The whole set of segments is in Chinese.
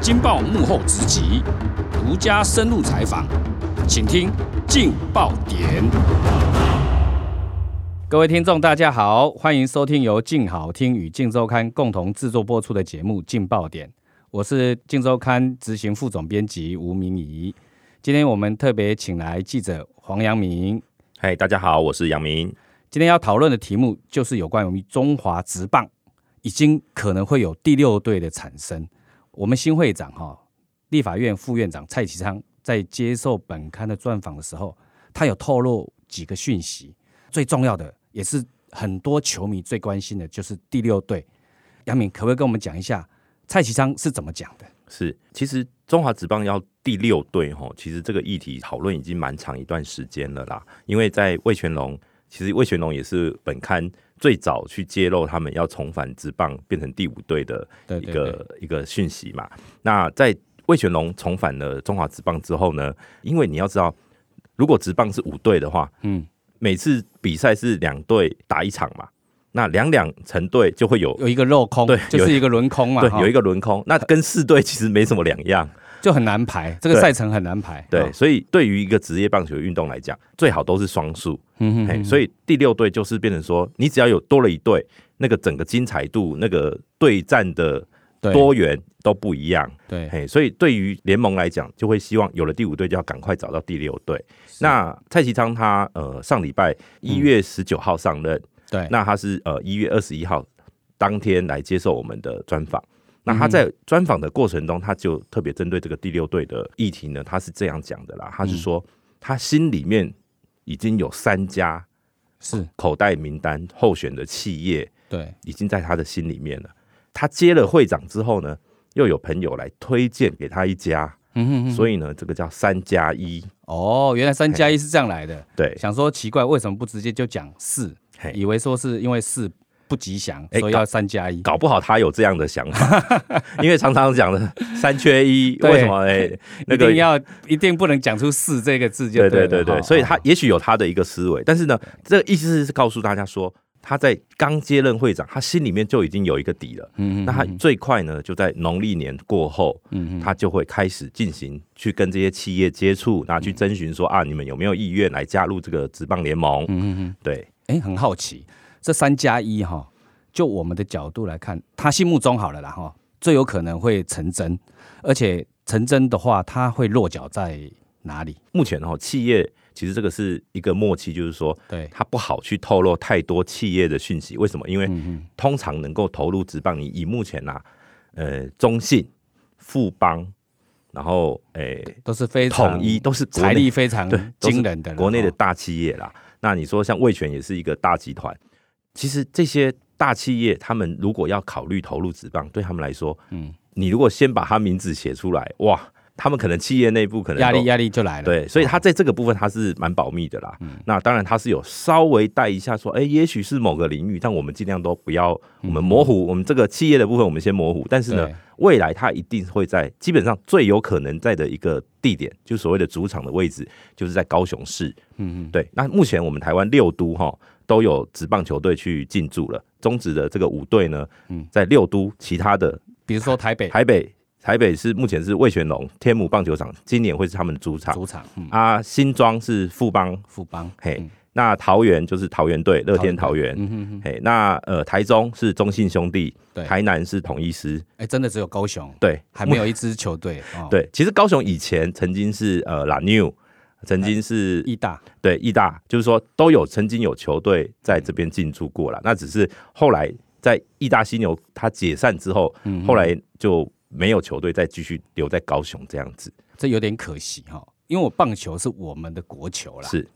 劲爆幕后直击，独家深入采访，请听《劲爆点》。各位听众，大家好，欢迎收听由静好听与静周刊共同制作播出的节目《劲爆点》，我是静周刊执行副总编辑吴明仪。今天我们特别请来记者黄阳明，嗨，大家好，我是杨明。今天要讨论的题目就是有关于中华职棒已经可能会有第六队的产生。我们新会长哈、立法院副院长蔡其昌在接受本刊的专访的时候，他有透露几个讯息，最重要的也是很多球迷最关心的就是第六队。杨敏可不可以跟我们讲一下蔡其昌是怎么讲的？是，其实中华职棒要第六队吼，其实这个议题讨论已经蛮长一段时间了啦。因为在魏全龙，其实魏全龙也是本刊最早去揭露他们要重返职棒变成第五队的对一对个对，一个讯息嘛。那在魏全龙重返了中华职棒之后呢，因为你要知道，如果职棒是五队的话，嗯，每次比赛是两队打一场嘛，那两两成队就会有有一个镂空，对就是一个轮空嘛，对哈嗯有一个轮空，那跟四队其实没什么两样。就很难排，这个对赛程很难排。对，哈所以对于一个职业棒球运动来讲，最好都是双数。嗯嗯，所以第六队就是变成说，你只要有多了一队，那个整个精彩度、那个对战的对多元都不一样。对嘿，所以对于联盟来讲，就会希望有了第五队，就要赶快找到第六队。那蔡其昌他呃上礼拜一月十九号上任，对，那他是呃一月二十一号当天来接受我们的专访。那他在专访的过程中，他就特别针对这个第六队的议题呢，他是这样讲的啦，他是说他心里面已经有三家是口袋名单候选的企业对已经在他的心里面了。他接了会长之后呢，又有朋友来推荐给他一家，嗯所以呢，这个叫三加一。哦，原来三加一是这样来的。对，想说奇怪，为什么不直接就讲四？嘿以为说是因为四不吉祥，哎所以要三加一。搞不好他有这样的想法， 因为常常讲的三缺一，对为什么？ 哎，那一个定要一定不能讲出“四”这个字就对对对了对哈对，所以他哦也许有他的一个思维，但是呢，这个意思是告诉大家说，他在刚接任会长，他心里面就已经有一个底了。嗯，那他最快呢，就在农历年过后，嗯，他就会开始进行去跟这些企业接触，然后去征询说啊，你们有没有意愿来加入这个职棒联盟？嗯嗯，对，哎，很好奇，这三加一哈，就我们的角度来看，他心目中好了啦哈，最有可能会成真，而且成真的话，他会落脚在哪里？目前哦，企业其实这个是一个默契，就是说对，他不好去透露太多企业的讯息。为什么？因为嗯通常能够投入职棒，你以目前呐、呃，中信、富邦，然后诶、都是非常统一，都是国财力内非常对都是惊人的了哦国内的哈大企业啦。那你说像味全也是一个大集团，其实这些大企业他们如果要考虑投入职棒，对他们来说，嗯，你如果先把他名字写出来，哇，他们可能企业内部可能压都力压力就来了。对，所以他在这个部分他是蛮保密的啦。那当然他是有稍微带一下说，哎、也许是某个领域，但我们尽量都不要，我们模糊，我们这个企业的部分我们先模糊。但是呢对，未来他一定会在基本上最有可能在的一个地点，就所谓的主场的位置，就是在高雄市。嗯嗯，对。那目前我们台湾六都哈都有职棒球队去进驻了，中职的这个五队呢，在六都其他的比如说台北台北。台北是目前是味全龙天母棒球场，今年会是他们的主场。主场，嗯，啊，新庄是富邦，富邦，嘿，那桃园就是桃园队，乐天嗯桃嗯桃园，嘿，那呃台中是中信兄弟对，台南是统一师，哎，真的只有高雄，对，还没有一支球队，哦，对，其实高雄以前曾经是呃拉 new，曾经是义大，对义大，就是说都有曾经有球队在这边进驻过了，那只是后来在义大犀牛它解散之后，嗯后来就没有球队再继续留在高雄这样子，这有点可惜哈、因为我棒球是我们的国球啦。是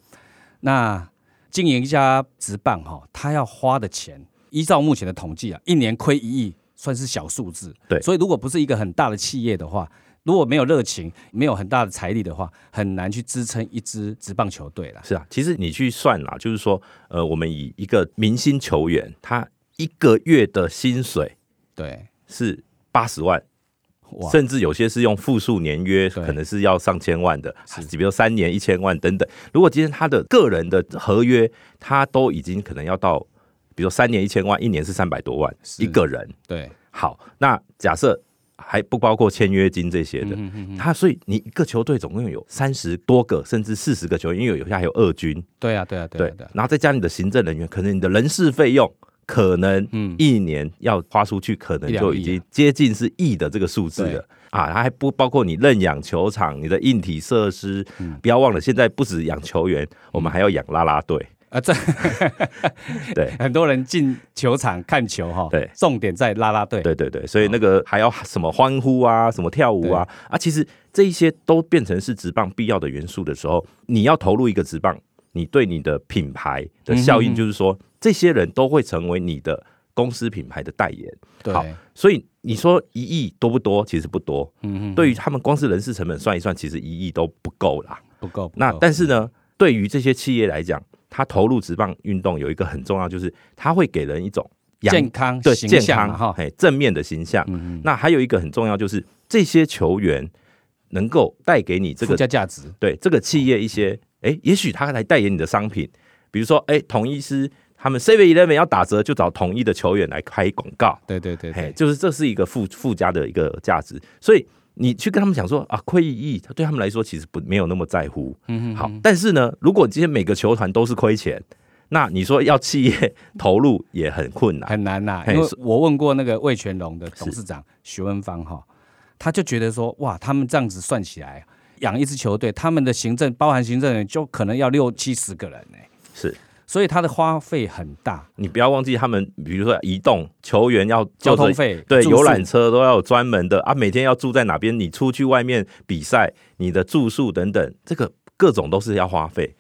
那经营一家职棒哈、他要花的钱，依照目前的统计啊，一年亏一亿算是小数字。对所以如果不是一个很大的企业的话，如果没有热情，没有很大的财力的话，很难去支撑一支职棒球队啦。是啊，其实你去算啦，就是说，呃，我们以一个明星球员，他一个月的薪水对，是八十万，哇，甚至有些是用复数年约，对可能是要上千万的，啊比如三年一千万等等。如果今天他的个人的合约，他都已经可能要到，比如说三年一千万，一年是三百多万一个人。对好，那假设还不包括签约金这些嗯的。他所以你一个球队总共有三十多个，甚至四十个球员，因为有些还有二军，对啊，对啊，对啊，对啊，然后再加你的行政人员，可能你的人事费用。可能嗯一年要花出去，可能啊就已经接近是亿的这个数字了啊！它还不包括你认养球场、你的硬体设施，嗯不要忘了，现在不止养球员，我们还要养啦啦队。啊，这 对很多人进球场看球哈，对重点在啦啦队，对对对，所以那个还要什么欢呼啊，什么跳舞啊啊，其实这一些都变成是职棒必要的元素的时候，你要投入一个职棒，你对你的品牌的效应，就是说、这些人都会成为你的公司品牌的代言。对好所以你说一亿多不多？其实不多。嗯嗯，对于他们光是人事成本算一算，其实一亿都不够啦。不够。不那够但是呢，对于这些企业来讲，它投入职棒运动有一个很重要，就是它会给人一种阳健康对形健象嘛康哈，嗯嘿正面的形象。那还有一个很重要，就是这些球员能够带给你这附个加价值，对这个企业一些，哎，也许他来代言你的商品，比如说，哎，统一师他们 Seven Eleven 要打折，就找统一的球员来拍广告。对对对哎，对，就是这是一个附附加的一个价值，所以你去跟他们讲说啊，亏一亿，他对他们来说其实不没有那么在乎。嗯好，但是呢，如果今天每个球团都是亏钱，那你说要企业 投入也很困难。很难呐。嘿因为是我问过那个魏全龙的董事长徐文芳哈，他就觉得说，哇，他们这样子算起来，啊养一支球队，他们的行政包含行政人员就可能要六七十个人呢，是所以他的花费很大，你不要忘记，他们比如说移动球员要交坐通着费、对住游宿览车都要有专门的啊，每天要住在哪边，你出去外面比赛，你的住宿等等，这个各种都是要花费。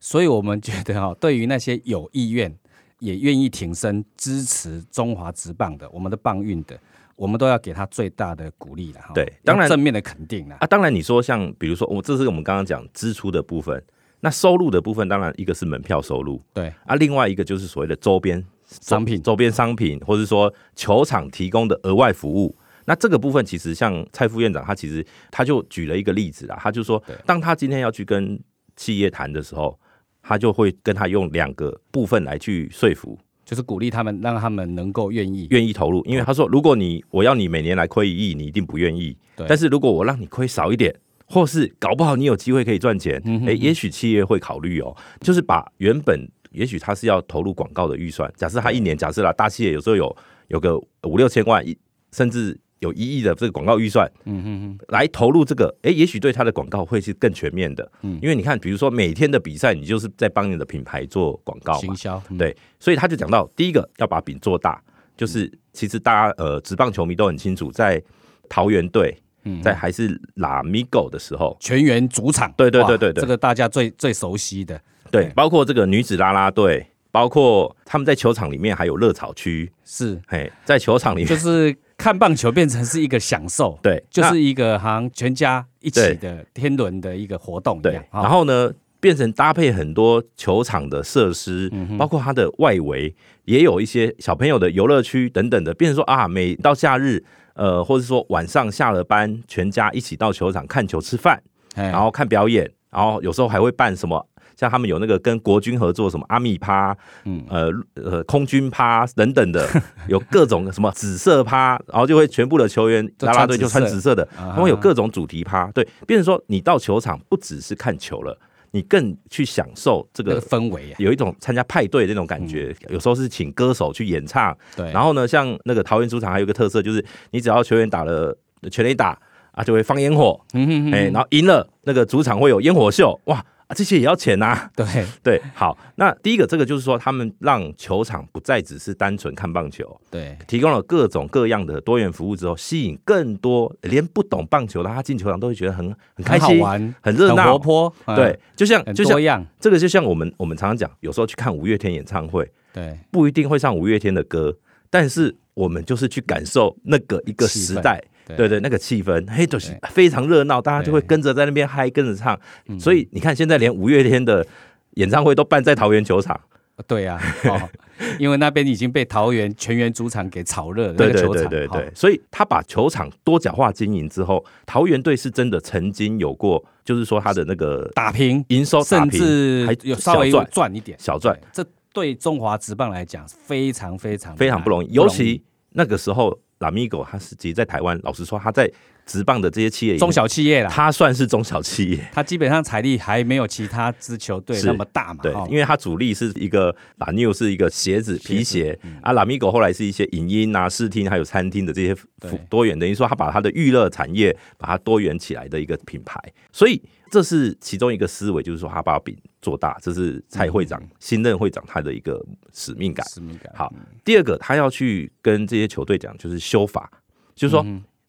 所以我们觉得哈、哦 对于那些有意愿也愿意挺身支持中华职棒的，我们的棒运的，我们都要给他最大的鼓励了哈。对当然要正面的肯定啦。啊，当然你说像比如说，哦我、这是我们刚刚讲支出的部分，那收入的部分，当然一个是门票收入对，啊，另外一个就是所谓的周边商品周边商品，或是说球场提供的额外服务。那这个部分其实像蔡副院长，他其实他就举了一个例子啦，他就说，当他今天要去跟企业谈的时候，他就会跟他用两个部分来去说服，就是鼓励他们，让他们能够愿意。愿意投入，因为他说，如果你我要你每年来亏一亿，你一定不愿意对。但是如果我让你亏少一点，或是搞不好你有机会可以赚钱，诶、也许企业会考虑哦，就是把原本也许他是要投入广告的预算，假设他一年，假设啦，大企业有时候有有个五六千万，一甚至有一亿的这个广告预算，嗯哼来投入这个，诶、也许对他的广告会是更全面的，嗯，因为你看，比如说每天的比赛，你就是在帮你的品牌做广告嘛行，销，嗯对，所以他就讲到第一个要把饼做大，就是其实大家呃，职棒球迷都很清楚，在桃园队，嗯在还是拉米狗的时候，全员主场，对对对哇对对这个大家最最熟悉的，对，包括这个女子啦啦队，包括他们在球场里面还有热草区，是嘿，在球场里面就，是看棒球变成是一个享受，对就是一个好像全家一起对的天伦的一个活动一对样。，哈然后呢，变成搭配很多球场的设施，包括它的外围也有一些小朋友的游乐区等等的，变成说啊，每到假日，呃，或者说晚上下了班，全家一起到球场看球吃饭，哎然后看表演，然后有时候还会办什么。像他们有那个跟国军合作什么阿米趴，嗯，呃呃空军趴等等 的，有各种什么紫色趴，然后就会全部的球员都啦穿啦队紫就穿色紫色的，啊他们有各种主题趴，对，变成说你到球场不只是看球了，你更去享受这那个个嗯氛围啊，有一种参加派对的那种感觉，有时候是请歌手去演唱，对，然后呢，像那个桃园主场还有一个特色就是，你只要球员打了全垒打啊，就会放烟火，嗯哎、然后赢了那个主场会有烟火秀，哇，啊、这些也要钱呐、对。对，好，那第一个这个就是说，他们让球场不再只是单纯看棒球，对，提供了各种各样的多元服务之后，吸引更多连不懂棒球的他进球场都会觉得很很开很好心、玩，很热很活闹。泼，嗯对，，就像很就多像样，这个，就像我们我们常常讲，有时候去看五月天演唱会，对，不一定会唱五月天的歌，但是我们就是去感受那个一个气氛时代，对对对，那个气氛，嘿，就是非常热闹，大家就会跟着在那边嗨，跟着唱。所以你看，现在连五月天的演唱会都办在桃园球场，对啊， 哦，因为那边已经被桃园全员主场给炒热了，那对个对球对场，对对哦，，所以他把球场多角化经营之后，桃园队是真的曾经有过，就是说他的那个打平，营收打甚平至还有稍微小赚赚一点，小赚对，这对中华职棒来讲非常非常非常不容易，难尤其那个时候拉米狗，它是其实在台湾，老实说，它在职棒的这些企业里面中，小企业啦，它算是中小企业。它基本上财力还没有其他支球队是那么大嘛，对哦，因为它主力是一个拉纽是一个鞋子、皮鞋啊，拉米狗后来是一些影音啊、视听还有餐厅的这些对服多元，等于说它把它的娱乐产业把它多元起来的一个品牌，所以这是其中一个思维，就是说它把饼做大，这是蔡会长、新任会长他的一个使命感。使命感好，第二个他要去跟这些球队讲，就是修法，就是说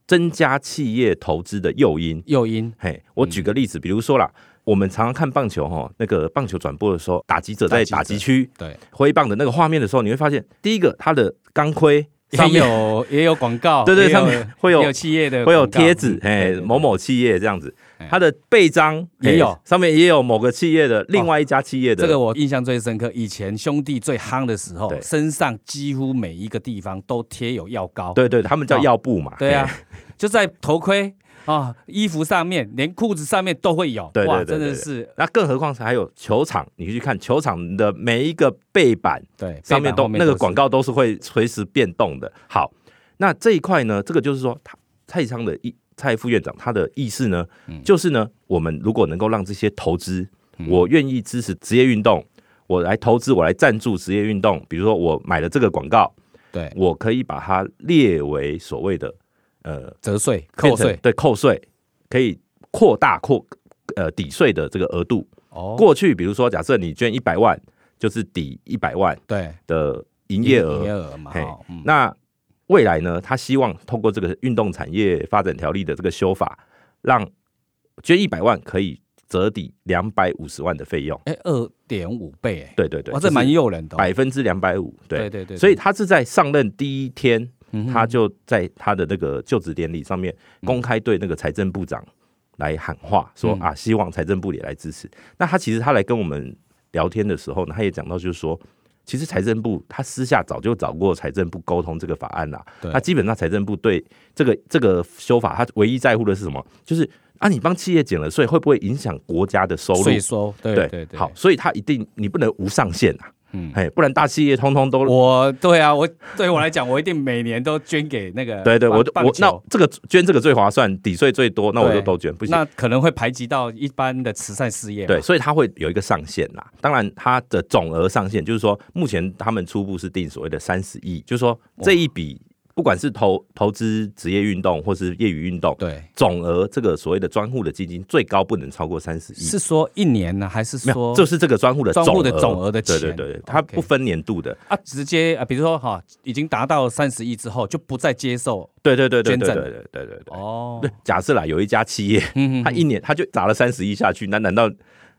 增加企业投资的诱因。诱因嘿，我嗯举个例子，比如说啦，我们常常看棒球哈，那个棒球转播的时候，打击者在打打击者击区对，挥棒的那个画面的时候，你会发现，第一个他的钢盔上也面有也有广告，对对也有上面会有也有企业的会有广告嗯贴纸，对哎，对对某某企业这样子哎，它的背章也嘿有哦上面也有某个企业的另外一家企业的这个我印象最深刻，以前兄弟最夯的时候，对身上几乎每一个地方都贴有药膏。对对，他们叫哦药布嘛，对啊嘿， 就在头盔啊、衣服上面，连裤子上面都会有。对对哇，对对真的对是那更何况是还有球场，你去看球场的每一个背板对，上面背板都后那个是广告都是会随时变动的。好，那这一块呢，这个就是说，他蔡昌的意蔡副院长他的意思呢，嗯就是呢，我们如果能够让这些投资，我愿意支持职业运动，我来投资，我来赞助职业运动，比如说我买了这个广告，对我可以把它列为所谓的呃折税扣变税成对扣税，可以扩大扩呃抵税的这个额度。哦，过去比如说，假设你捐一百万，就是抵一百万对的营业额。营业额嘛，嘿哦嗯，那未来呢，他希望通过这个运动产业发展条例的这个修法，让捐一百万可以折抵两百五十万的费用。哎，二点五倍，哎，对对对，哇，这蛮诱人的哦、百分之两百五。对对对对，所以他是在上任第一天，嗯哼他就在他的那个就职典礼上面公开对那个财政部长来喊话，说嗯啊，希望财政部也来支持。那他其实他来跟我们聊天的时候呢，他也讲到，就是说，其实财政部他私下早就找过财政部沟通这个法案啦。对那基本上财政部对这个这个修法，他唯一在乎的是什么？就是啊，你帮企业减了税，会不会影响国家的收入？税收，对对对好，，所以他一定你不能无上限啊，嗯，哎，不然大企业通通都我对啊，我对我来讲，我一定每年都捐给那个对对，棒我就棒我球那这个捐这个最划算，抵税最多，那我就对都捐，不行。那可能会排挤到一般的慈善事业嘛。对，所以它会有一个上限啦。当然，它的总额上限就是说，目前他们初步是定所谓的三十亿，就是说这一笔不管是投投资职业运动或是业余运动，对，总额这个所谓的专户的基金最高不能超过三十亿。是说一年呢，还是嗯没说有，就是这个专户的专户的总总额的对钱对对对，它 OK 不分年度的，啊，直接啊，比如说哈，已经达到三十亿之后，就不再接受对对对对捐对赠对对对对对。哦嗯对，假设啦，有一家企业，他一年他就砸了三十亿下去，那难道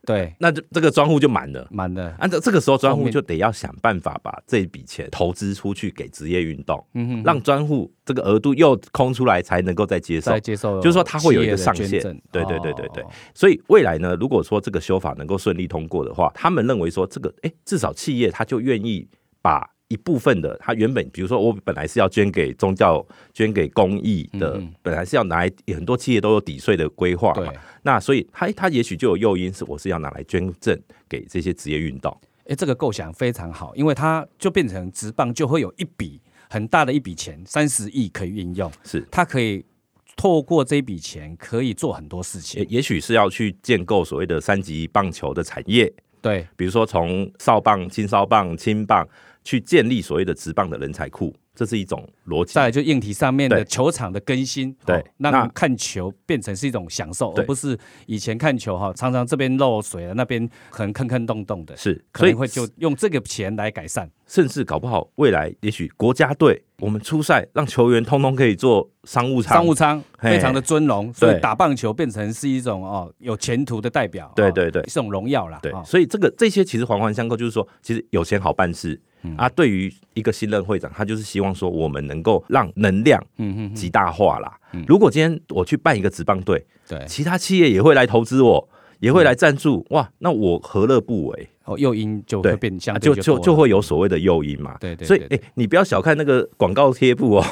对，那这这个专户就满了？满的，按照这个时候，专后户面就得要想办法把这笔钱投资出去给职业运动，嗯让专户这个额度又空出来，才能够再接受再。接受，就是说它会有一个上限对对对对对哦所以未来呢，如果说这个修法能够顺利通过的话，他们认为说这个，哎，至少企业他就愿意把一部分的他原本，比如说我本来是要捐给宗教、捐给公益的，本来是要拿来很多企业都有抵税的规划嘛嗯对，。那所以他他也许就有诱因是我是要拿来捐赠给这些职业运动。哎，这个构想非常好，因为它就变成职棒就会有一笔很大的一笔钱，三十亿可以运用，是它可以透过这笔钱可以做很多事也情，也许是要去建构所谓的三级棒球的产业，对，比如说从少棒、青少棒、青棒去建立所谓的职棒的人才库，这是一种逻辑再。来就硬体上面的对球场的更新，对哦那让看球变成是一种享受，对而不是以前看球哈，常常这边漏水啊了，那边可能坑坑洞洞的，是，可所以能会就用这个钱来改善。甚至搞不好未来，也许国家队我们出赛，让球员通通可以做商务舱。商务舱嘿非常的尊荣，所以对打棒球变成是一种哦有前途的代表，对哦对对一种荣耀啦。对，哦所以这个这些其实环环相扣，就是说，其实有钱好办事、嗯啊。对于一个新任会长，他就是希望说，我们能够让能量嗯极大化啦。如果今天我去办一个职棒队，对，其他企业也会来投资我，也会来赞助，哇，那我何乐不为？哦诱因就对会变相啊对就就就多就了会有所谓的诱因嘛。对对所以对哎、你不要小看那个广告贴 布哦，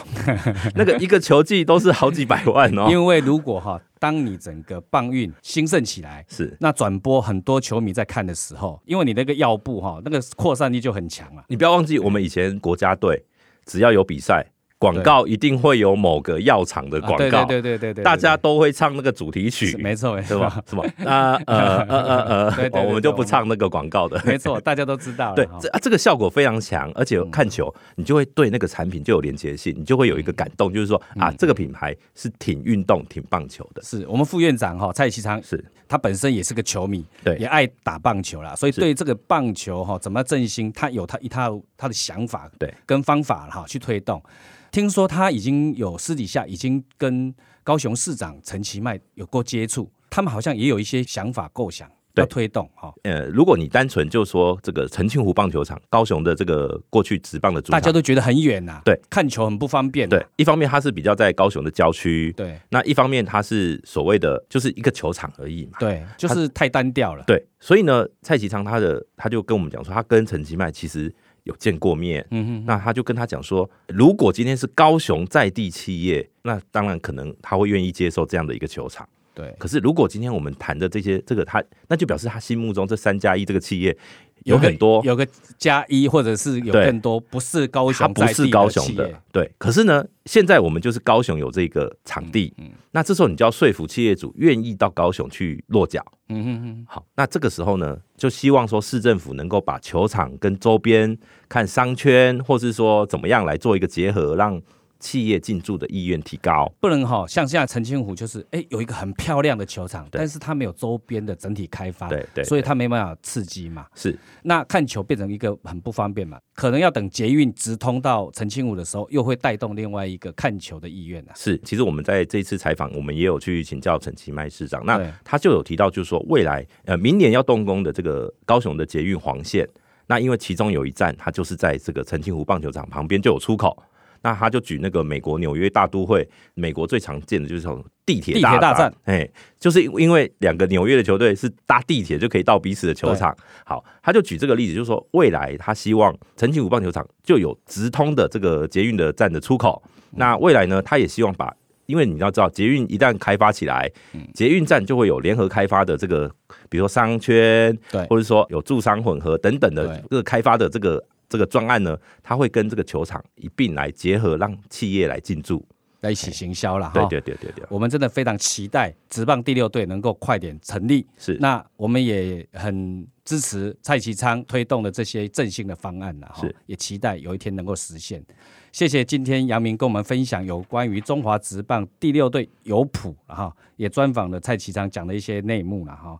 那个一个球季都是好几百万哦。因为如果哈，当你整个棒运兴盛起来，是那转播很多球迷在看的时候，因为你那个药布哈，那个扩散力就很强了。你不要忘记，我们以前国家队只要有比赛，广告一定会有某个药厂的啊广对告，对对对对对对，大家对都会唱那个主题对曲是，没错没对错吧？是吧？那呃呃呃 对对呃，对我们就对不唱那个广告 的，没错，大家都知道了嗯对哈，这、啊、这个效果非常强，而且看球你就会对那个产品就有连接性，你就会有一个嗯感动，就是说啊，这个品牌是挺运动、挺棒球的，是我们副院长哈蔡其昌，是他本身也是个球迷，对也爱打棒球啦，所以是对这个棒球哈怎么振兴，他有他一套他的想法，对，跟方法哈去推动。听说他已经有私底下已经跟高雄市长陈其迈有过接触，他们好像也有一些想法构想对要推动哈，呃，如果你单纯就说这个陈庆湖棒球场，高雄的这个过去职棒的主大场，家都觉得很远呐、对，看球很不方便、对，，一方面它是比较在高雄的郊区，对那一方面它是所谓的就是一个球场而已嘛，对，就是太单调了，对，所以呢，蔡其昌他的他就跟我们讲说，他跟陈其迈其实有见过面，嗯哼，那他就跟他讲说，如果今天是高雄在地企业，那当然可能他会愿意接受这样的一个球场。对，可是如果今天我们谈的这些这个他，那就表示他心目中这三加一这个企业有个很多，有个加一或者是有对更多，不是高它雄不在地是的高雄企业的，对。可是呢，现在我们就是高雄有这个场地，嗯那这时候你就要说服企业主愿意到高雄去落脚。嗯哼哼，好，那这个时候呢，就希望说市政府能够把球场跟周边看商圈，或是说怎么样来做一个结合，让企业进驻的意愿提高。不能哈、像现在澄清湖就是，哎、有一个很漂亮的球场，对但是它没有周边的整体开发，对对啊所以它没办法刺激嘛。是那看球变成一个很不方便嘛，可能要等捷运直通到澄清湖的时候，又会带动另外一个看球的意愿啊。是，其实我们在这一次采访，我们也有去请教陈其迈市长，那对他就有提到，就是说未来呃明年要动工的这个高雄的捷运黄线，那因为其中有一站，它就是在这个澄清湖棒球场旁边就有出口。那他就举那个美国纽约大都会，美国最常见的就是这种地铁地铁大战，哎，就是因因为两个纽约的球队是搭地铁就可以到彼此的球场。好，他就举这个例子，就是说未来他希望澄清湖棒球场就有直通的这个捷运的站的出口。那未来呢，他也希望把，因为你要知道，捷运一旦开发起来，捷运站就会有联合开发的这个，比如说商圈，对或者说有住商混合等等的对这个开发的这个这个专案呢，它会跟这个球场一并来结合，让企业来进驻。来一起行销了哈。对对对对对，我们真的非常期待职棒第六队能够快点成立。是那我们也很支持蔡其昌推动的这些振兴的方案了哈是，也期待有一天能够实现。谢谢今天杨明跟我们分享有关于中华职棒第六队有谱啊哈，也专访了蔡其昌讲的一些内幕了哈。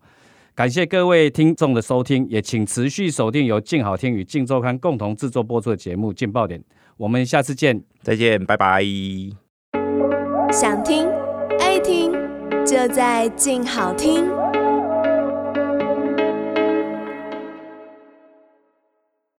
感谢各位听众的收听，也请持续锁定由静好听与静周刊共同制作播出的节目《劲爆点》，我们下次见。再见，拜拜。想听爱听，就在静好听。